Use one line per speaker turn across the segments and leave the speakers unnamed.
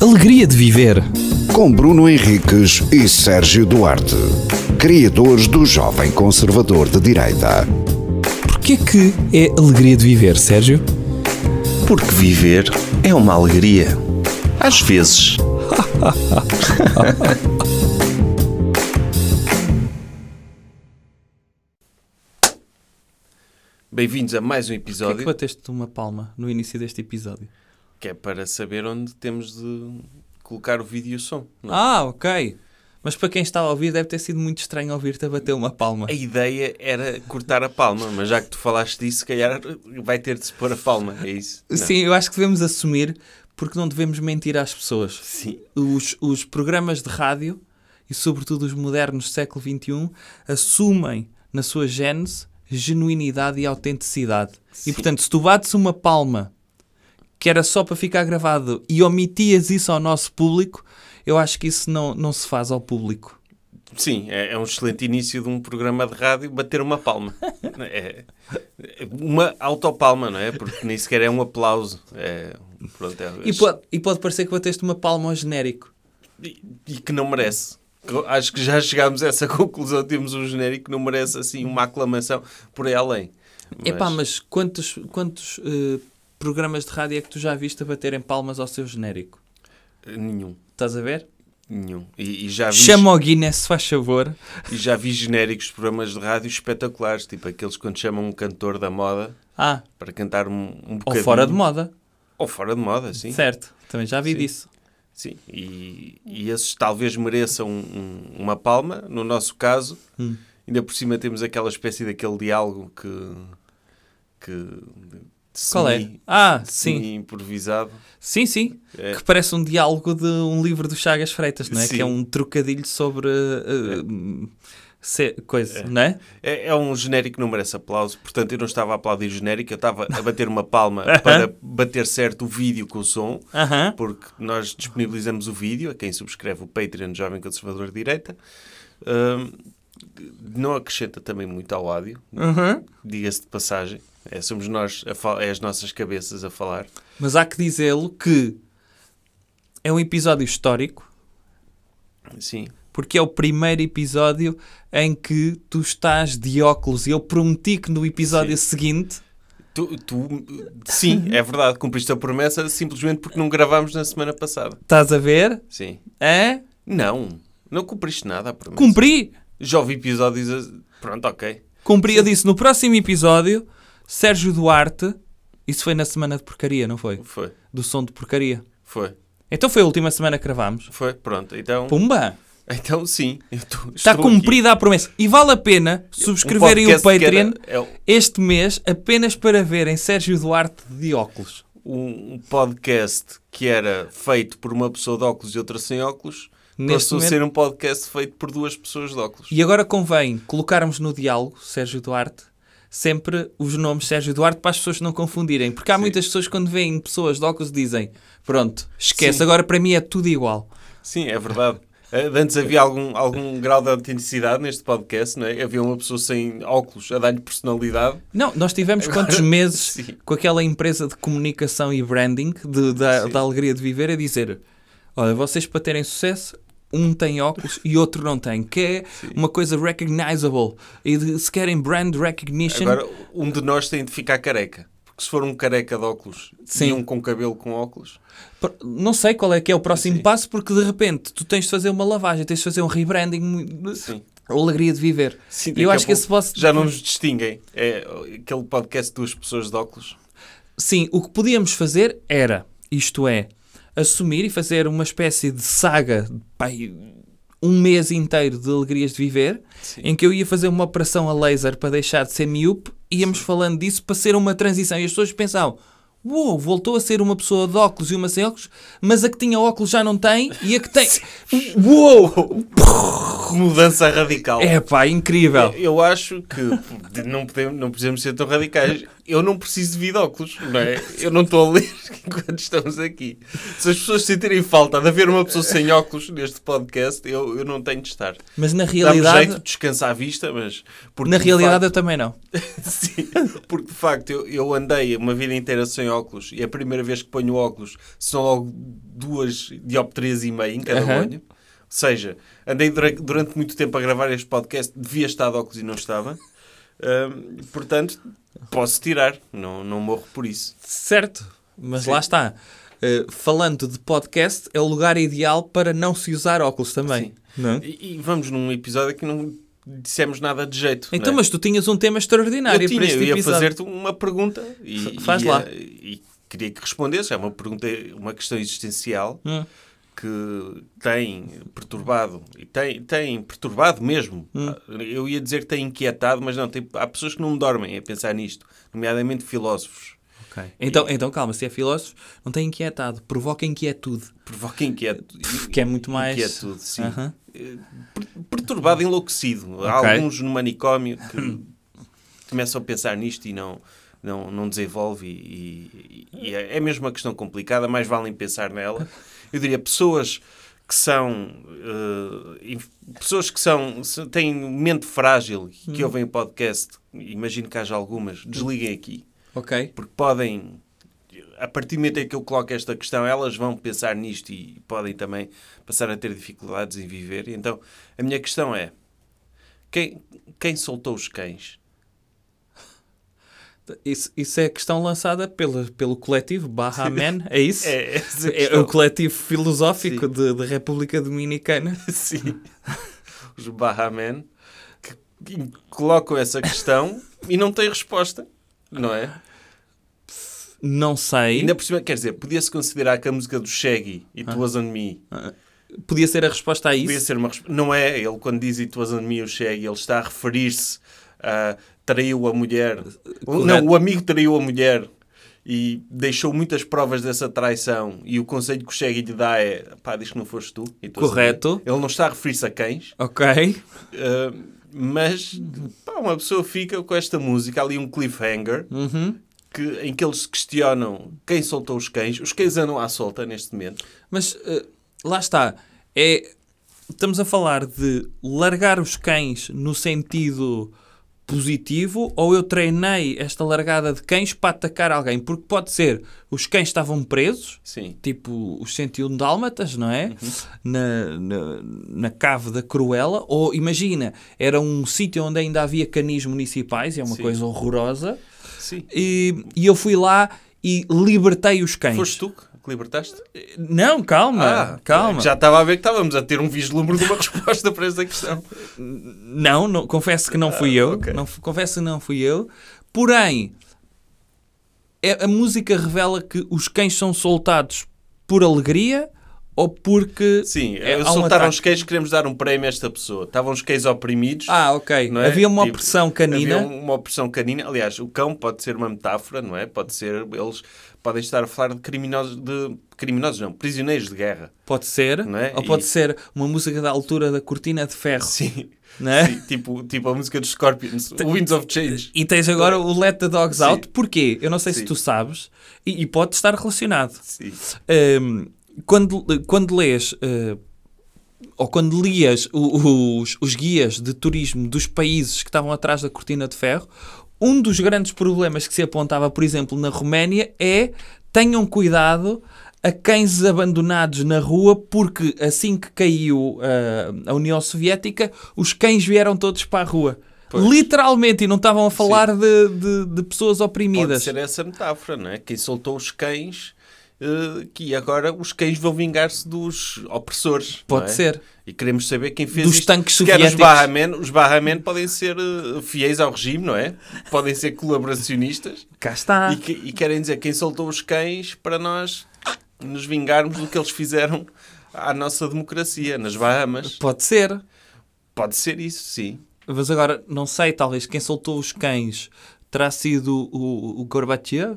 alegria de viver.
Com Bruno Henriques e Sérgio Duarte, criadores do Jovem Conservador de Direita.
Porquê que é alegria de viver, Sérgio?
Porque viver é uma alegria. Às vezes. Bem-vindos a mais um
Porquê é que
episódio
bateste uma palma no início deste episódio?
que é para saber onde temos de colocar o vídeo e o som. não é?
Ah, ok. Mas para quem estava a ouvir, deve ter sido muito estranho ouvir-te a bater uma palma.
A ideia era cortar a palma, mas já que tu falaste disso, se calhar vai ter de se pôr a palma. É isso? Não.
Sim, eu acho que devemos assumir porque não devemos mentir às pessoas.
Sim.
Os, os programas de rádio e, sobretudo, os modernos do século XXI assumem na sua gênese genuinidade e autenticidade. E, portanto, se tu bates uma palma que era só para ficar gravado e omitias isso ao nosso público, eu acho que isso não, não se faz ao público.
Sim, é, é um excelente início de um programa de rádio bater uma palma. É, é uma autopalma, não é? Porque nem sequer é um aplauso. É, pronto, é-
E pode, e pode parecer que bateste uma palma ao genérico.
e- e que não merece. Eu Acho que já chegámos a essa conclusão. Temos um genérico que não merece assim uma aclamação por aí além.
Epá, mas quantos, quantos eh, programas de rádio é que tu já viste a baterem palmas ao seu genérico?
Eh, Nenhum.
Estás a ver?
Nenhum. E, e já vi,
Chama o Guinness, se faz favor.
e já vi genéricos de programas de rádio espetaculares, tipo aqueles quando chamam um cantor da moda
Ah,
para cantar um, um bocadinho.
ou fora de moda.
Ou fora de moda, sim.
Certo, também já vi
Sim.
disso.
Sim, e, e esses talvez mereçam um- um- uma palma, no nosso caso.
Hum.
Ainda por cima temos aquela espécie daquele diálogo que... que
Qual é? Ah, sim.
Improvisado.
Sim, sim.
É.
Que parece um diálogo de um livro do Chagas Freitas, não é?
Sim.
Que é um trocadilho sobre. eh, se- coisa, não é?
É, é um genérico que não merece aplauso. Portanto, eu não estava a aplaudir o genérico, eu estava a bater uma palma para bater certo o vídeo com o som.
Aham.
Porque nós disponibilizamos o vídeo a quem subscreve o Patreon Jovem Conservador de Direita. Ahm, não acrescenta também muito ao áudio, Uhum.
Aham.
diga-se de passagem. É, somos nós, a fal- é as nossas cabeças a falar.
Mas há que dizê-lo que é um episódio histórico.
Sim.
porque é o primeiro episódio em que tu estás de óculos. E eu prometi que no episódio seguinte.
Tu, tu- sim, é verdade, cumpriste a promessa simplesmente porque não gravámos na semana passada.
Estás a ver?
Sim.
Hã?
Não, não cumpriste nada a promessa.
Cumpri!
Já ouvi episódios. a- Pronto, ok.
Cumpri, eu disse no próximo episódio, Sérgio Duarte. Isso foi na semana de porcaria, não foi?
Foi,
Do som de porcaria.
foi,
Então foi a última semana que gravámos.
foi. Pronto, então.
Pumba!
Então sim. eu estou- estou
Está
aqui.
cumprida a promessa. E vale a pena subscreverem o
podcast que era-
Patreon
é o-
este mês apenas para verem Sérgio Duarte de óculos.
um um podcast que era feito por uma pessoa de óculos e outra sem óculos
Neste
passou a
momento-
ser um podcast feito por duas pessoas de óculos.
E agora convém colocarmos no diálogo, Sérgio Duarte, sempre os nomes Sérgio Duarte para as pessoas não confundirem. Porque há muitas pessoas quando veem pessoas de óculos dizem pronto, esquece,
Sim.
agora para mim é tudo igual.
Sim, é verdade. Eh, Antes havia algum, algum grau de autenticidade neste podcast, não é? Havia uma pessoa sem óculos a dar-lhe personalidade.
Não, nós tivemos quantos meses
Sim.
com aquela empresa de comunicação e branding de- da, da Alegria de Viver a dizer: olha, vocês para terem sucesso, um tem óculos e outro não tem, que é uma coisa recognizable. E de- se querem brand recognition,
Agora, um de nós tem de ficar careca. Porque se for um careca de óculos e
Sim.
um com cabelo com óculos,
Pr- Não sei qual é que é o próximo passo, porque de repente tu tens de fazer uma lavagem, tens de fazer um rebranding. mu-
Sim.
Alegria de viver.
sim,
E eu
daqui a
acho que esse tipo-
pouco
posso.
já não nos distinguem. É aquele podcast de duas pessoas de óculos.
Sim, o que podíamos fazer era, isto é, assumir e fazer uma espécie de saga, pai, um mês inteiro de alegrias de viver, em que eu ia fazer uma operação a laser para deixar de ser miúpe, íamos falando disso para ser uma transição. E as pessoas pensavam, uou, voltou a ser uma pessoa de óculos e uma sem óculos, mas a que tinha óculos já não tem, e a que tem... uou!
mudança radical.
É pá, incrível.
Eu acho que de- não podemos, não precisamos ser tão radicais. Eu não preciso de vidóculos, não é? Eu não estou a ler enquanto estamos aqui. Se as pessoas sentirem falta de haver uma pessoa sem óculos neste podcast, eu, eu não tenho de estar.
Mas na
Dá-me jeito
realidade,
de descansar a vista, mas... porque
na
de
realidade eu
facto-
também não.
Sim, porque de facto eu, eu andei uma vida inteira sem óculos e é a primeira vez que ponho óculos são logo duas dioptrias e meia em cada
Aham.
olho. Ou seja, andei dura- durante muito tempo a gravar este podcast, devia estar de óculos e não estava. Ahm, portanto, posso tirar, não, não morro por isso.
Certo, mas lá está. Eh, falando de podcast, é o lugar ideal para não se usar óculos também. Não?
E, e vamos num episódio que não dissemos nada de jeito. não
Então,
é?
mas tu tinhas um tema extraordinário
eu tinha,
para este
eu ia
episódio.
fazer-te uma pergunta e,
F- faz
e,
lá.
eh, e queria que respondesse. É uma pergunta, uma questão existencial
Hum.
que tem perturbado e tem, tem perturbado mesmo.
Hum.
Eu ia dizer que tem inquietado, mas não, tem, há pessoas que não dormem a pensar nisto, nomeadamente filósofos.
Ok. Então, então, calma, se é filósofo, não tem inquietado, provoca inquietude.
Provoca inquieto.
Que é muito mais.
Inquietude, sim.
Aham.
Eh, per- Perturbado, enlouquecido. Há
Ok.
alguns no manicômio que começam a pensar nisto e não, não, não desenvolve. E, e- e é é mesmo uma questão complicada, mais valem pensar nela. Eu diria, pessoas que são eh, inf- pessoas que são se- têm mente frágil que ouvem o podcast imagino que haja algumas desliguem aqui
Ok.
porque podem, a partir do momento em que eu coloco esta questão, elas vão pensar nisto e podem também passar a ter dificuldades em viver. Então, a minha questão é: quem, quem soltou os cães?
Isso, isso é questão lançada pela, pelo coletivo Barra Man, é isso?
É, essa
É
questão.
o coletivo filosófico de- da República Dominicana.
Sim. Os Bahamen que, que colocam essa questão e não têm resposta, não é?
Não sei.
Ainda por cima, quer dizer, podia-se considerar que a música do Shaggy, It Was On Me,
Podia ser a resposta a
Podia
isso.
ser uma resp- Não é, ele quando diz It was on me, o Shaggy, ele está a referir-se a traiu a mulher.
Correto.
Não, o amigo traiu a mulher e deixou muitas provas dessa traição. E o conselho que o Shaggy lhe dá é pá, diz que não foste tu. It was on me.
Correto.
Ele não está a referir-se a cães,
Ok.
ah, mas pá, uma pessoa fica com esta música, ali um cliffhanger. Que, em que eles se questionam quem soltou os cães. Os cães andam à solta neste momento.
Mas eh, lá está. É, estamos a falar de largar os cães no sentido positivo ou eu treinei esta largada de cães para atacar alguém? Porque pode ser os cães estavam presos,
Sim. Uhum.
tipo os 101 dálmatas, não é? Na, na, na cave da Cruela. Ou imagina, era um sítio onde ainda havia canis municipais, e é uma
Sim.
coisa horrorosa.
Sim.
E, e eu fui lá e libertei os cães.
Foste tu que libertaste?
Não, calma,
Ah,
calma.
Já estava a ver que estávamos a ter um vislumbre de uma resposta para esta questão.
Não, não- confesso que não fui eu.
Ah, ok.
Não, fu- confesso que não fui eu. Porém, é- a música revela que os cães são soltados por alegria ou porque.
Sim,
é- há um
soltaram os
ataque?
queijos, queremos dar um prémio a esta pessoa. Estavam os queijos oprimidos.
Ah, ok.
não é?
Havia uma
Tipo,
opressão canina.
Havia uma opressão canina. Aliás, o cão pode ser uma metáfora, não é? Pode ser, eles podem estar a falar de criminosos, de criminosos não, prisioneiros de guerra.
Pode ser.
Não é?
Ou pode
E-
ser uma música da altura da cortina de ferro.
Sim.
Não é?
Sim, tipo, tipo a música dos Scorpions, Winds of Change.
E tens agora o Let the Dogs
Sim.
Out. Porquê? Eu não sei se
Sim.
tu sabes. E, e pode estar relacionado.
Sim.
Hum, quando, quando lês eh, ou quando lias o- os, os guias de turismo dos países que estavam atrás da cortina de ferro, um dos grandes problemas que se apontava, por exemplo, na Roménia é tenham cuidado a cães abandonados na rua, porque assim que caiu ah, a União Soviética, os cães vieram todos para a rua. Literalmente, e não estavam a falar de, de- de pessoas
Pode
oprimidas.
ser essa metáfora, não é? Quem soltou os cães, eh, que agora os cães vão vingar-se dos opressores. não
Pode
é?
ser.
E queremos saber quem fez
Dos
isto.
tanques
Porque era Os
soviéticos.
Bahamen, os Bahamen podem ser eh, fiéis ao regime, não é? Podem ser colaboracionistas
Cá está.
e, que- e querem dizer quem soltou os cães para nós nos vingarmos do que eles fizeram à nossa democracia nas Bahamas.
Pode ser.
Pode ser isso, sim.
Mas agora, não sei, talvez quem soltou os cães terá sido o, o Gorbachev?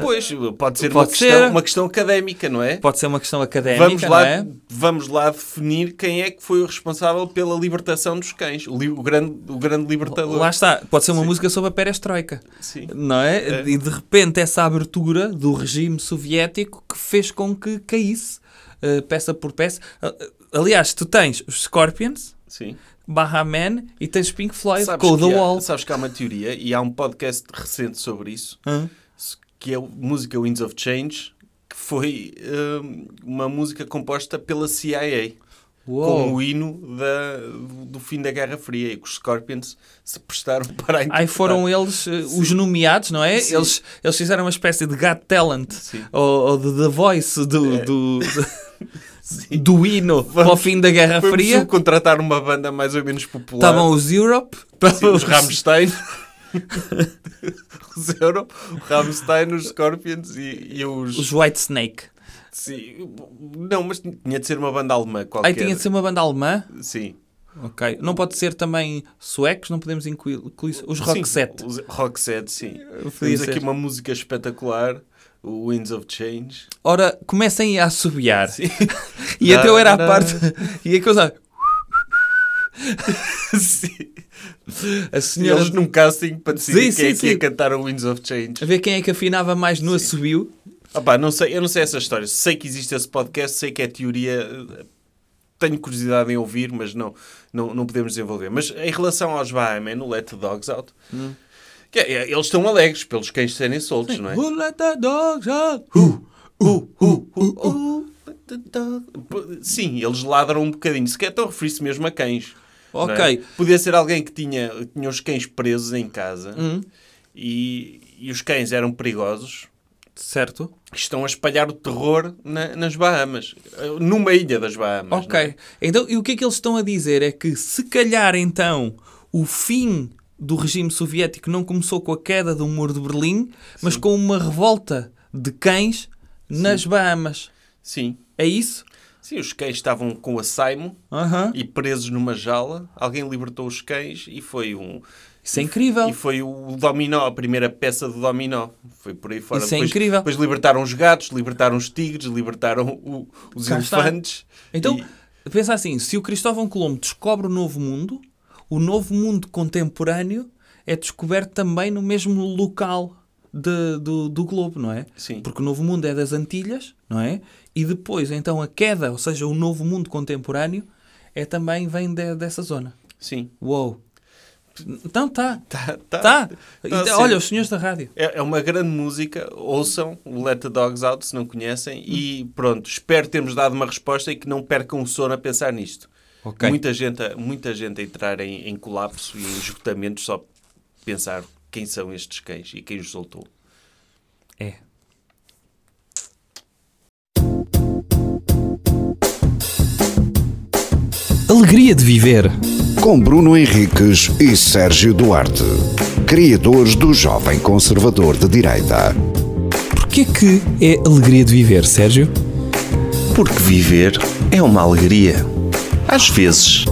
Pois, pode ser, uma,
Pode
questão,
ser.
uma questão académica, não é?
Pode ser uma questão académica,
Vamos lá,
não é?
vamos lá definir quem é que foi o responsável pela libertação dos cães, o, li- o grande, o grande libertador.
Lá está, pode ser uma música sobre a perestroika,
Sim.
não é? E de repente essa abertura do regime soviético que fez com que caísse eh, peça por peça. Ah, Aliás, tu tens os Scorpions,
Sim.
Bahaman e tens Pink Floyd
Sabes
com o The
que há-
Wall.
Sabes que há uma teoria, e há um podcast recente sobre isso,
Hã?
se- que é a música Winds of Change, que foi hum, uma música composta pela CIA,
Uou.
como o hino da- do fim da Guerra Fria, e que os Scorpions se prestaram para a
Aí
interpretar.
foram eles eh, os nomeados, não é?
Tá. Sim.
Eles, eles fizeram uma espécie de Got Talent
Sim. É.
ou, ou de The Voice do, do,
Sim.
do hino para o fim da Guerra
Foi
Fria. Tá
preciso contratar uma banda mais ou menos popular.
Estavam os Europe,
Sim, os Rammstein. os Euro, o Rammstein, os Scorpions e, e os...
os White Snake.
Sim, não, mas tinha de ser uma banda alemã qualquer.
Aí tinha de ser uma banda alemã.
Sim.
Ok. Não pode ser também suecos, não podemos incluir incluir os rock
Sim,
set.
os Rock set, sim.
podia
Temos aqui
ser.
uma música espetacular, o Winds of Change.
Ora, comecem a assobiar. E até eu era a
Tá,
parte. E é a coisa.
sim.
A senhora.
Eles num casting para decidir
Sim,
quem é
sim,
que ia
sim.
cantar o Winds of
A
Change.
ver quem é que afinava mais no assobio.
Opá, Ah, não sei, eu não sei essa história. Sei que existe esse podcast, sei que é teoria. eh, Tenho curiosidade em ouvir, mas não, não, não podemos desenvolver. Mas em relação aos Bahaman, o Let the Dogs Out, que é- é- eles estão alegres pelos cães serem soltos, não é? Uh,
Who let the dogs out? Who?
Sim, eles ladram um bocadinho. Se quer, estão a referir-se mesmo a cães. não é?
Ok.
Podia ser alguém que tinha, tinha os cães presos em casa e, e os cães eram perigosos.
Certo.
Estão a espalhar o terror na- nas Bahamas. Numa ilha das Bahamas.
Ok.
não é?
Então, e o que é que eles estão a dizer é que se calhar então o fim do regime soviético não começou com a queda do muro de Berlim, mas com uma revolta de cães nas Bahamas.
Sim.
É isso?
Sim, os cães estavam com assaimo
Aham.
e presos numa jaula. Alguém libertou os cães e foi um...
Isso é incrível.
E foi o dominó, a primeira peça do dominó. Foi por aí fora.
Isso é
depois,
incrível.
Depois libertaram os gatos, libertaram os tigres, libertaram o- os
Cá está.
elefantes.
Então,
E-
pensa assim, se o Cristóvão Colombo descobre o novo mundo, o novo mundo contemporâneo é descoberto também no mesmo local de- do, do globo, não é?
Sim.
Porque o novo mundo é das Antilhas, não é? E depois, então, a queda, ou seja, o novo mundo contemporâneo, é também vem de- dessa zona.
Sim.
Uou! Então tá.
Tá, tá.
Tá.
Tá a ser-
Olha, os senhores da rádio.
É, é uma grande música. Ouçam o Let the Dogs Out, se não conhecem. E pronto, espero termos dado uma resposta e que não percam o sono a pensar nisto.
Ok.
Muita gente a, muita gente a entrar em, em colapso e em esgotamento só pensar quem são estes cães e quem os soltou.
É.
Alegria de viver.
Com Bruno Henriques e Sérgio Duarte, criadores do Jovem Conservador de Direita.
Porquê que é alegria de viver, Sérgio?
Porque viver é uma alegria. Às vezes.